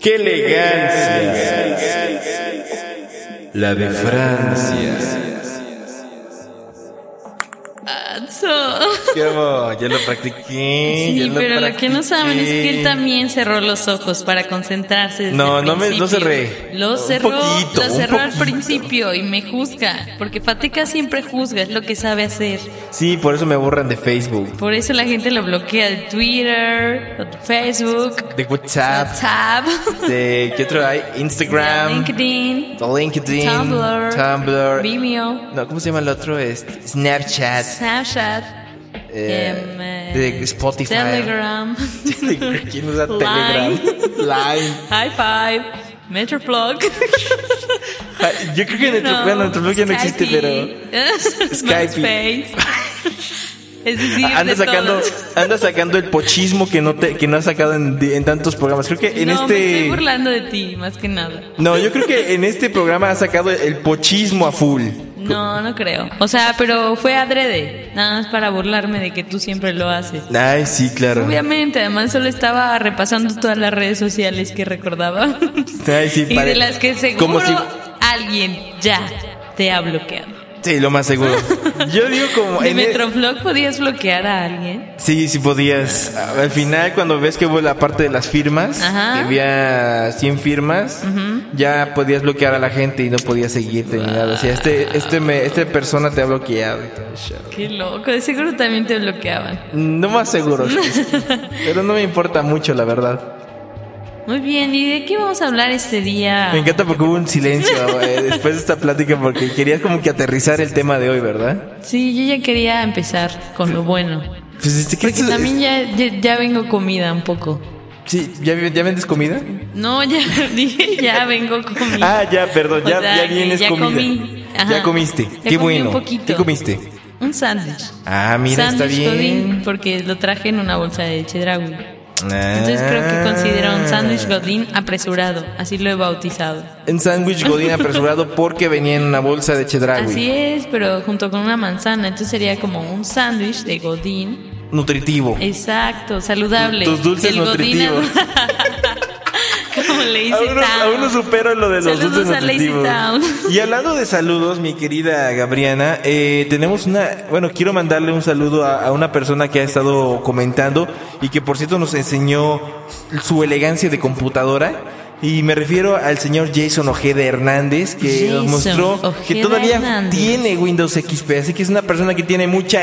¡Qué elegancia! La de Francia. Atzo. ¿Qué hago? Ya lo practiqué. ya Sí, lo pero lo que no saben es que practiqué. él también cerró los ojos para concentrarse. desde No, el no me- no principio. cerré. Un Lo cerró, poquito, lo un cerró al poquito. principio y me juzga. Porque Fateca siempre juzga, es lo que sabe hacer. Sí, por eso me borran de Facebook, Por eso la gente lo bloquea de Twitter, de Facebook, de WhatsApp, WhatsApp, de ¿qué otro hay? Instagram, de LinkedIn, LinkedIn, Tumblr, Tumblr. Vimeo, No, ¿cómo se llama el otro? Este, Snapchat, Snapchat, em, eh, eh, de Spotify. Telegram, Telegram. ¿Quién usa Line. Telegram? Line. High Five, Metroblog. Ah, Yo creo que nuestro, bueno, nuestro blog ya no existe, pero pero. Skype. es decir, anda de sacando, todo. anda sacando el pochismo que no te, que no ha sacado en, en tantos programas. Creo que en no, me estoy este burlando de ti, más que nada. no, yo creo que en este programa ha sacado el pochismo a full. No, no creo. O sea, pero fue adrede. Nada más para burlarme de que tú siempre lo haces. Ay, sí, claro. Obviamente, además solo estaba repasando todas las redes sociales que recordaba. Ay, sí, y pare- de las que seguro como si- alguien ya te ha bloqueado. Sí, lo más seguro. Yo digo como ¿De en el- Metroflog podías bloquear a alguien? Sí, sí podías. Al final, cuando ves que hubo la parte de las firmas, Ajá. que había 100 firmas, ya podías bloquear a la gente y no podías seguirte ni nada. O sea, este, este me, esta persona te ha bloqueado. y todo el show. Qué loco, de seguro también te bloqueaban. No más seguro, sí, sí. pero no me importa mucho, la verdad. Muy bien, ¿y de qué vamos a hablar este día? Me encanta porque hubo un silencio eh, después de esta plática porque querías como que aterrizar el tema de hoy, ¿verdad? Sí, yo ya quería empezar con lo bueno. Pues este, ¿qué Porque es- también ya, ya, ya vengo comida un poco. Sí, ¿ya, vi- ya vendes comida? No, ya dije, ya vengo comida. Ah, ya, perdón, O ya, sea, ya que vienes ya comida. comí. Ajá. Ya comiste, Ya qué comí bueno. un poquito. ¿Qué comiste? Un sándwich. Ah, mira, está sándwich godín, bien. porque lo traje en una bolsa de chedraui. Ah. Entonces creo que considera un sándwich godín apresurado, así lo he bautizado. Un sándwich godín apresurado porque venía en una bolsa de chedraui. Así es, pero junto con una manzana, entonces sería como un sándwich de godín Nutritivo. Exacto, saludable. Tus dulces El godín nutritivos. a- Como le dice Aún no, Tao. aún no supero lo de los Saludos dulces a Lazy nutritivos. Town. Y hablando de saludos, mi querida Gabriana, eh, tenemos una. Bueno, quiero mandarle un saludo a, a una persona que ha estado comentando y que, por cierto, nos enseñó su elegancia de computadora. Y me refiero al señor Jason Ojeda Hernández, que nos Jason mostró que Ojeda todavía Hernández. tiene Windows XP, así que es una persona que tiene mucha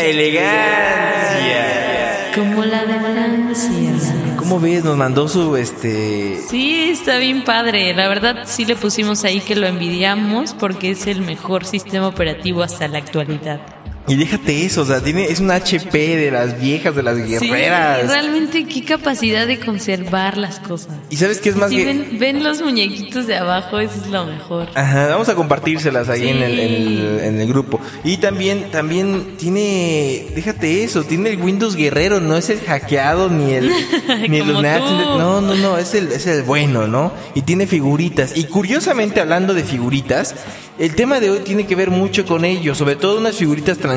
elegancia. Como la de Francia. ¿Cómo ves? Nos mandó su este Sí, está bien padre. La verdad sí le pusimos ahí que lo envidiamos porque es el mejor sistema operativo hasta la actualidad. Y déjate eso, o sea, tiene, es un HP de las viejas, de las Sí, guerreras. realmente qué capacidad de conservar las cosas. y sabes qué es más Si que. ven, ven los muñequitos de abajo, eso es lo mejor. Ajá, vamos a compartírselas ahí en, el, en el- Sí. en el grupo. Y también, también tiene, déjate eso, tiene el Windows Guerrero, no es el hackeado ni el, ni el Como Lunatic, tú. no, no, no, es el, es el bueno, ¿no? Y tiene figuritas. Y curiosamente hablando de figuritas, el tema de hoy tiene que ver mucho con ello, sobre todo unas figuritas transparentes,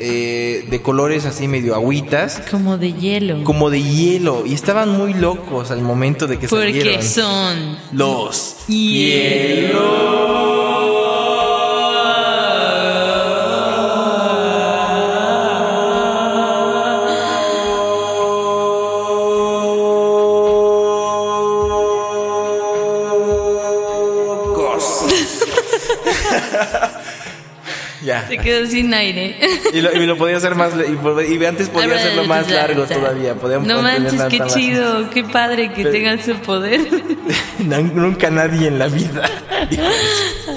eh, de colores así medio agüitas. Como de hielo. como de hielo y estaban muy locos al momento de que Porque salieron son los hielo. cos. ya. Se quedó sin aire. Y lo, y lo podía hacer más le- y, por- y antes podía hacerlo más largo todavía. podía No mantener manches, qué tanta más- chido, qué padre que Pero- tengan su poder. Nunca nadie en la vida. dijo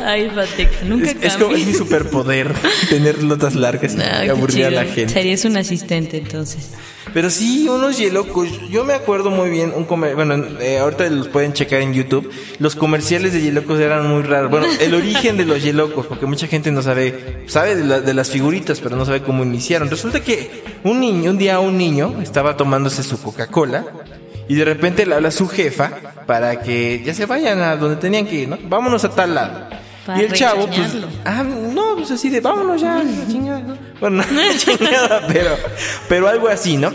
Ay, Pateca, nunca Es, es como es mi cambies. superpoder tener notas largas y Ah, qué aburrir a la chido. gente. Serías un asistente entonces. Pero sí, unos hielocos. Yo me acuerdo muy bien un comer... Bueno, eh, ahorita los pueden checar en YouTube. Los comerciales de hielocos eran muy raros. Bueno, el origen de los hielocos, porque mucha gente no sabe... Sabe de, la- de las figuritas, pero no sabe cómo iniciaron. Resulta que un niño, un día un niño estaba tomándose su Coca-Cola y de repente le habla a su jefa para que ya se vayan a donde tenían que ir, ¿no? Vámonos a tal lado. Para y el chavo, pues, regañarlo. Ah, no, pues así de vámonos ya, chingada, ¿no? Bueno, no, chingada, pero, pero algo así, ¿no?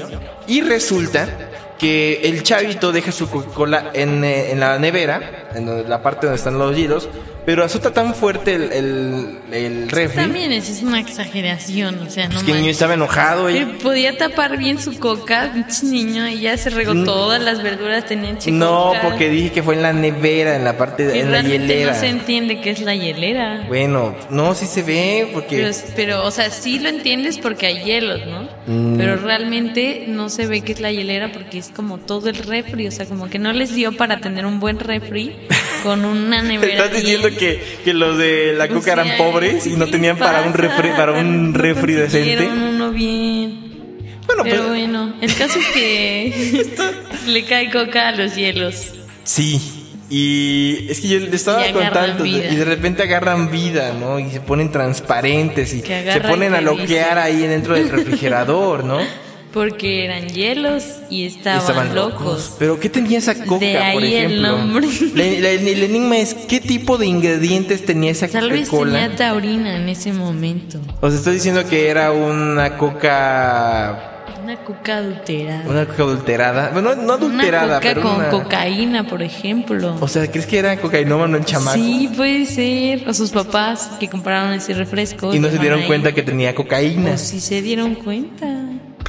Y resulta que el chavito deja su Coca-Cola en, eh, en la nevera, en donde- la parte donde están los hielos, pero azota tan fuerte el, el, el refri, También eso es una exageración, o sea, no pues, que el niño manches. estaba enojado y... Eh, Podía tapar bien su coca, pinche niño, y ya se regó todas las verduras, tenía chico. Mm. No, porque dije que fue en la nevera, en la parte, de, Y en la realmente hielera. no se entiende qué es la hielera. Bueno, no, sí se ve, porque... Pero, pero, o sea, sí lo entiendes porque hay hielos, ¿no? Mm. Pero realmente no se ve que es la hielera porque es como todo el refri, o sea, como que no les dio para tener un buen refri con una nevera. ¿Estás bien. diciendo que, que los de la O coca sea, eran pobres y no ¿qué tenían para un pasa? refri, para un No refri decente? consiguieron uno bien. Bueno, Pero pues bueno, el caso es que le cae coca a los hielos. sí. Y es que yo le estaba Y agarran contando de- vida. y de repente agarran vida, ¿no? Y se ponen transparentes y Que se agarran ponen a que loquear dicen. ahí dentro del refrigerador, ¿no? Y Porque eran hielos y estaban, locos. Pero ¿qué tenía esa coca, De por ahí el ejemplo? nombre. Le- le- el enigma es qué tipo de ingredientes tenía esa Tal vez Coca-Cola? tenía taurina en ese momento. O sea, estás diciendo que era una coca Una coca adulterada. una coca adulterada. Bueno, no adulterada, Una coca pero con una- cocaína, por ejemplo. O sea, ¿crees que era cocainómano el chamaco? sí, puede ser. O sus papás que compraron ese refresco. Y no se dejaron dieron ahí. cuenta que tenía cocaína. O si Pues se dieron cuenta.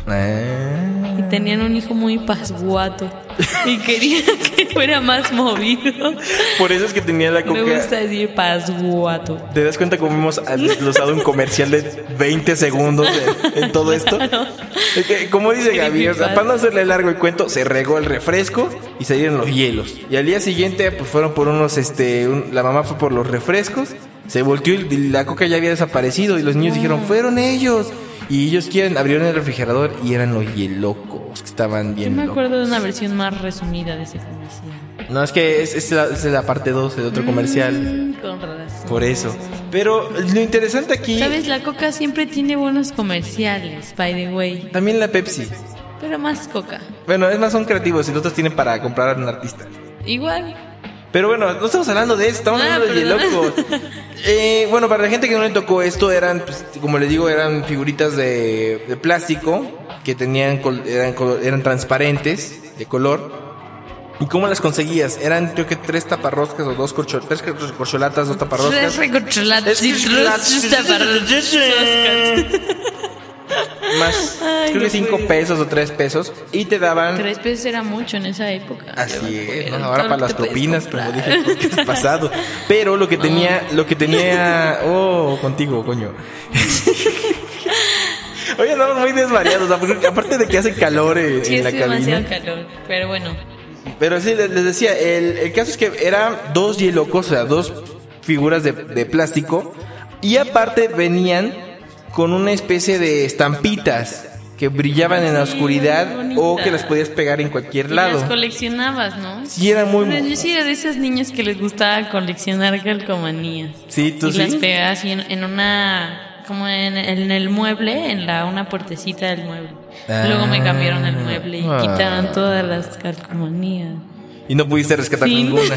Ah. Y tenían un hijo muy pasguato. Y querían que fuera más movido. Por eso es que tenía la Me gusta coca. decir pasguato. ¿Te das cuenta cómo hemos desglosado un comercial de 20 segundos en, en todo esto? Es que, como dice Gaby, o sea, para no hacerle largo el cuento, se regó el refresco y salieron los hielos. Y al día siguiente, pues fueron por unos, este, un- la mamá fue por los refrescos, se volteó y la coca ya había desaparecido y los niños dijeron, fueron ellos. Y ellos quieren, abrieron el refrigerador y eran los hielocos, que estaban Yo bien me locos. acuerdo de una versión más resumida de ese comercial. No, es que es, es la, es la parte 2 de otro comercial. Mm, Con razón. Por e- eso. Pero lo interesante aquí. Sabes, la coca siempre tiene buenos comerciales, by the way. También la Pepsi. Pero más coca. Bueno, es más, son creativos y los otros tienen para comprar a un artista. Igual. Pero bueno, no estamos hablando de eso, estamos Ah, hablando de perdón. locos. bueno, para la gente que no le tocó esto, eran, pues, como les digo, eran figuritas de, de plástico que tenían col- eran, colo- eran transparentes de color. ¿Y cómo las conseguías? Eran, creo que tres taparroscas o dos corcho- tres corcholatas, dos taparroscas. Tres recorcholates y Es que- tres taparroscas. más Ay, creo no que 5 puede. pesos o 3 pesos y te daban Tres pesos era mucho en esa época. Yo así me es, acuerdo, Ah, ¿no? ahora todo para lo las que te propinas puedes como comprar. dije porque es pasado pero lo que tenía lo que tenía oh contigo coño Oye, andamos muy desvariados, o sea, porque aparte de que hace calor en, Sí, en la es demasiado cabina. calor. Pero bueno, Pero sí, les, les decía, el, el caso es que eran dos hielocos, o sea, dos figuras de, de plástico. Y aparte venían con una especie de estampitas que brillaban en la Ah, Sí, oscuridad muy o bonita. que las podías pegar en cualquier y lado. las coleccionabas, ¿no? Sí, era Bueno, muy... yo sí era de esas niñas que les gustaba coleccionar calcomanías. Sí, tú y las sí. pegabas y en, en una, como en, en el mueble, en la una puertecita del mueble. Ah. Luego me cambiaron el mueble y Ah. quitaron todas las calcomanías. Y no pudiste rescatar Fin. ninguna.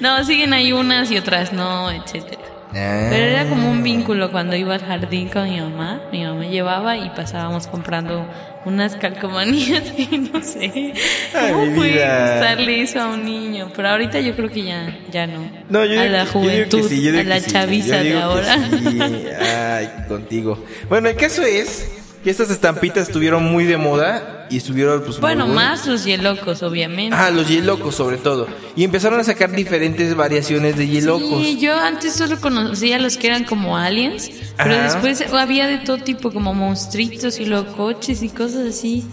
no, siguen ahí unas y otras no, etcétera. Ah. Pero era como un vínculo cuando iba al jardín con mi mamá. Mi mamá llevaba y pasábamos comprando unas calcomanías y no sé. Ay, ¿Cómo mi puede vida. gustarle eso a un niño? Pero ahorita yo creo que ya, ya no. No, yo a digo la que- yo digo que juventud, sí, yo digo a la que sí, yo chaviza digo de que ahora. sí. Ay, contigo. Bueno, el caso es que estas estampitas estuvieron muy de moda y estuvieron pues muy Bueno, buenas. más los hielocos, obviamente. Ah, los hielocos sobre todo. Y empezaron a sacar diferentes variaciones de hielocos. Sí, yo antes solo conocía los que eran como aliens, pero Ajá. después había de todo tipo, como monstruitos y luego coches y cosas así.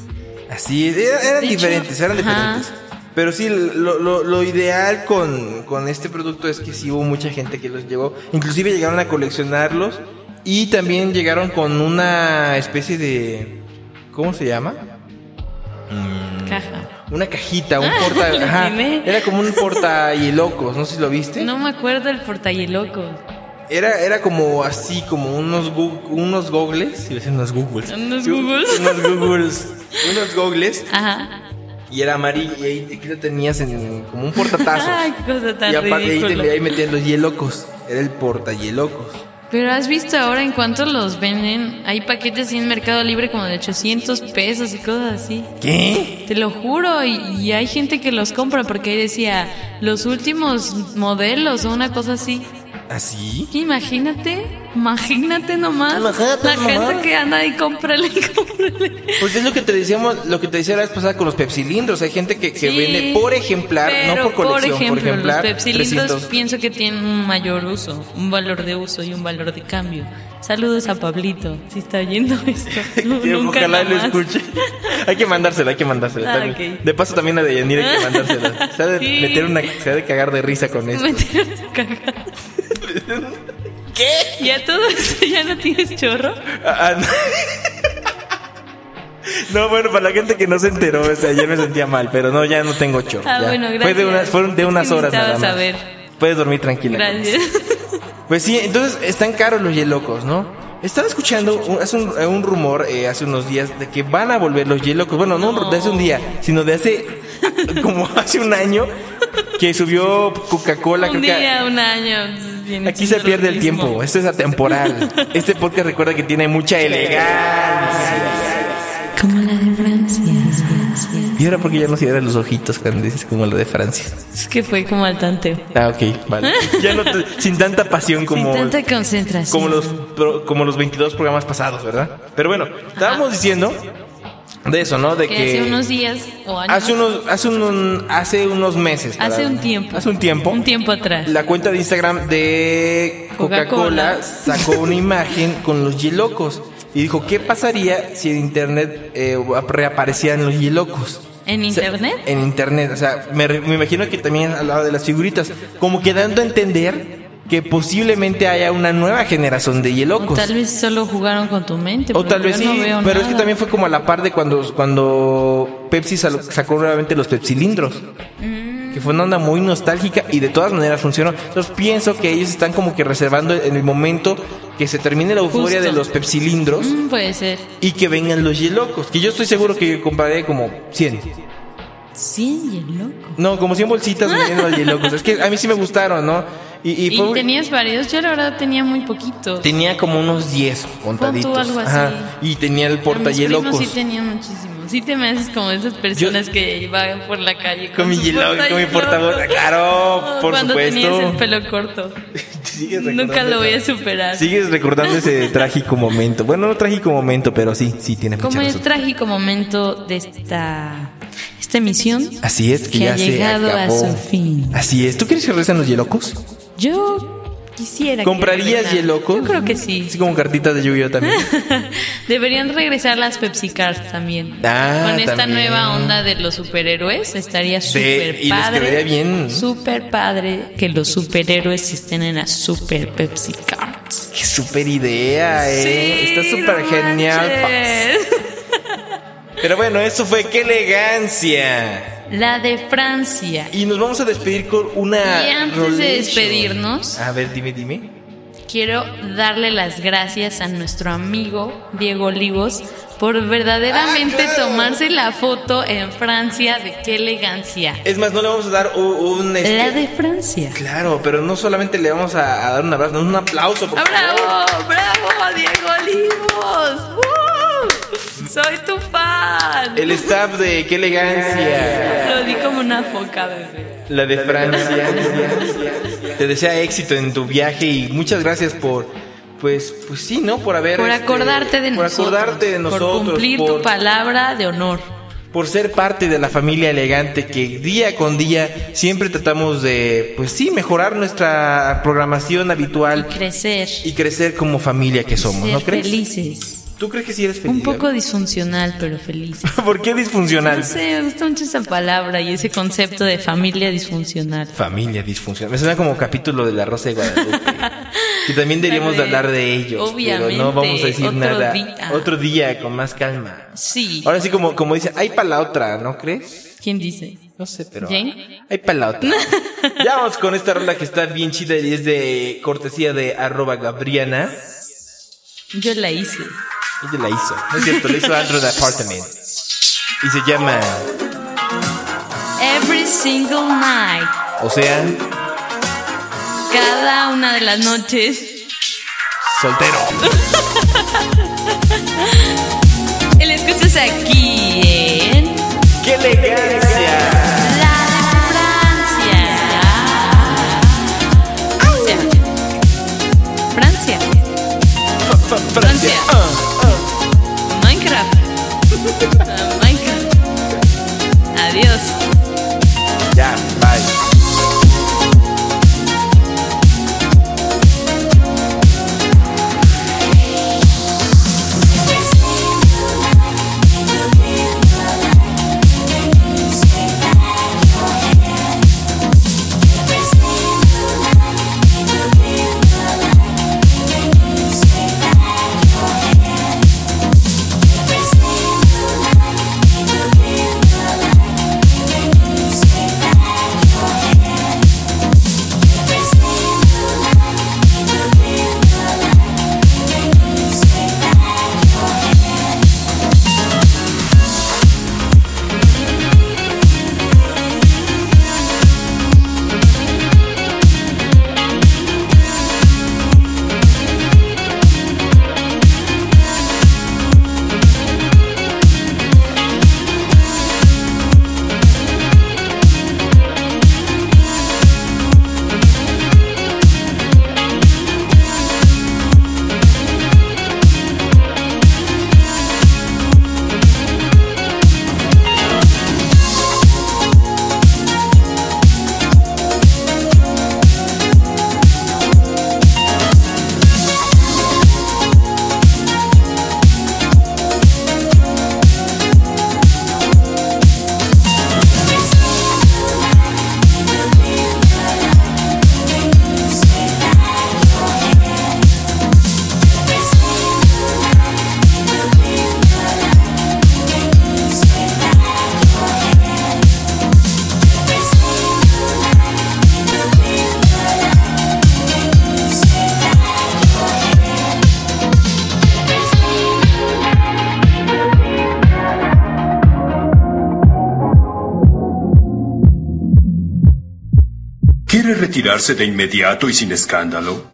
Así, es, era- eran De hecho, diferentes, eran ajá. diferentes. Pero sí, lo, lo- lo ideal con, con este producto es que sí hubo mucha gente que los llevó. Inclusive llegaron a coleccionarlos y también llegaron con una especie de... ¿Cómo se llama? Mm. una cajita, un Ah, porta. lo ajá, tiene. era como un porta locos, no sé si lo viste. No me acuerdo el portayeloco. Era, era como así, como unos, gu- unos gogles. Iba a decir unos googles. Unos googles. Unos googles. unos gogles. Ajá. Y era amarillo. Y ahí- aquí lo tenías en, como un portatazo. Ay, cosa tan y aparte ahí, te, ridícula. ahí metían los hielocos. Era el porta hielocos. Pero has visto ahora en cuánto los venden. Hay paquetes así en Mercado Libre como de 800 pesos y cosas así. ¿Qué? Te lo juro, y, y hay gente que los compra porque ahí decía los últimos modelos o una cosa así. ¿Así? Imagínate, imagínate nomás la gente que anda ahí cómprale y cómprale. Pues es lo que te decíamos, lo que te decía la vez pasada con los pepsilindros. Hay gente que, que Sí, vende por ejemplar, no pero por colección, por, ejemplar. los pepsilindros 300. pienso que tienen un mayor uso, un valor de uso y un valor de cambio. Saludos a Pablito, si está oyendo esto. Nu- Que nunca Ojalá lo jamás. escuche. Hay que mandársela, hay que mandársela. Ah, también. ok. De paso también a Deyanira hay que mandársela. Se ha de, Sí. meter una, se ha de cagar de risa con esto. Meter tu cagada. ¿Qué? ¿Ya todo eso ya no tienes chorro? Ah, ah, no. No, bueno, para la gente que no se enteró, o sea, ayer me sentía mal, pero no, ya no tengo chorro. Ah, ya. bueno, Fue de gracias. unas, fueron de Es que unas horas nada necesitaba más. saber. Puedes dormir tranquila. con eso. Gracias. Pues sí, entonces están caros los hielocos, ¿no? Estaba escuchando un, hace un, eh, un rumor eh, hace unos días de que van a volver los hielocos. Bueno, no, de hace un día, sino de hace como hace un año que subió Coca-Cola. creo un que- día, un año. viene Aquí se siendo pierde lo el mismo. tiempo, esto es atemporal. Este podcast recuerda que tiene mucha elegancia. Como la de Francia. ¿Y ahora por qué ya no cierras los ojitos cuando dices como lo de Francia? Es que fue como al tanteo. Ah, ok, vale. Ya no te- sin tanta pasión como... Sin tanta concentración. como los pro- como los 22 programas pasados, ¿verdad? Pero bueno, estábamos diciendo de eso, ¿no? De que, que, hace unos días o años. hace unos hace un- hace unos meses, Hace para- un tiempo. hace un tiempo, Un tiempo atrás. la cuenta de Instagram de Coca-Cola Coca-Cola. sacó una imagen con los yelocos y dijo qué pasaría si en internet eh, reaparecían los yelocos. ¿En O sea, internet? En internet, o sea, me, re- me imagino que también al lado de las figuritas, como que dando a entender que posiblemente haya una nueva generación de O hielocos. tal vez solo jugaron con tu mente. O porque tal vez sí, yo Este no veo pero es que nada. también fue como a la par de cuando, cuando Pepsi sal- sacó nuevamente los pepsilindros. Mm. Que fue una onda muy nostálgica y de todas maneras funcionó. Entonces pienso que ellos están como que reservando en el momento que se termine la euforia Justo. de los pepsilindros Mm, puede ser. y que vengan los yelocos. Que yo estoy seguro que compraré como 100. Sí, y el loco. No, como 100 bolsitas venían los yelocos. Es que a mí sí me gustaron, ¿no? Y, y Y, fue- tenías varios. Yo la verdad tenía muy poquito. tenía como unos 10 contaditos. algo así. Y tenía el Pero mis primos portahieloco. sí tenían muchísimos. Sí te me haces como esas personas que van por la calle con, Con mi su hielo- con mi portahielo. portavoz. Claro, por Cuando tenías supuesto. el pelo corto. Sigues recordando Nunca lo voy a esa- superar. Sigues recordando ese trágico momento. Bueno, no trágico momento, pero sí, sí tiene mucha Como el razón. trágico momento de esta, esta emisión, Así es, que, Que ya ha se llegado a acabó. su fin. Así es. ¿Tú quieres que regresen los hielocos? yo quisiera. que ¿Comprarías regresaran. hielocos? Yo creo que sí. Así como cartitas de lluvia también. Deberían regresar las Pepsi Cards también. Ah, Con esta también. nueva onda de los superhéroes estaría súper y les padre. quedaría bien. Súper padre que los superhéroes estén en las super Pepsi Cards. Qué super idea, eh. Sí, Está súper no genial. Paps. manches. Pero bueno, eso fue qué elegancia. La de Francia. Y nos vamos a despedir con una. Y antes de rolation. despedirnos- A ver, dime, dime. Quiero darle las gracias a nuestro amigo Diego Olivos por verdaderamente Ah, tomarse la foto en Francia de qué elegancia. Es más, no le vamos a dar u- un. este- La de Francia. Claro, pero no solamente le vamos a, a dar un abrazo, no, un aplauso. por ¡Ah, favor. ¡Bravo! ¡Bravo, Diego Olivos! ¡Woo! ¡Soy tu fan! El staff de qué elegancia. Lo di como una foca, bebé. La de Francia. Te desea éxito en tu viaje y muchas gracias por. Pues, pues sí, ¿no? Por haber. Por este, acordarte de nosotros. Por acordarte de nosotros. Por cumplir tu por- palabra de honor. por ser parte de la familia elegante que día con día siempre tratamos de, pues sí, mejorar nuestra programación habitual Crecer. y crecer como familia que somos, ser ¿no crees? felices. ¿Tú crees que sí eres feliz? Un poco disfuncional, pero felices. ¿Por qué disfuncional? No sé, me gusta mucho esa palabra y ese concepto de familia disfuncional. Familia disfuncional. Me suena como capítulo de La Rosa de Guadalupe. que también deberíamos de hablar de ellos. Obviamente, Pero no vamos a decir otro nada. día. Otro día, con más calma. Sí. Ahora sí, como, como dice, hay para la otra, ¿no crees? ¿Quién dice? No sé, pero. ¿Jane? Ahí para la otra. ya vamos con esta rola que está bien chida y es de cortesía de arroba Gabriana. Yo la hice. Ella la hizo. No es cierto, la hizo Andrew de Apartment. Y se llama. Every single night. O sea, Cada una de las noches. soltero. El escuchas aquí en. ¡Qué elegancia! La de Francia. Francia. Francia. F- Francia. Ah. Minecraft. Ah, Minecraft. Adiós. Ya, bye. ¿Quiere retirarse de inmediato y sin escándalo?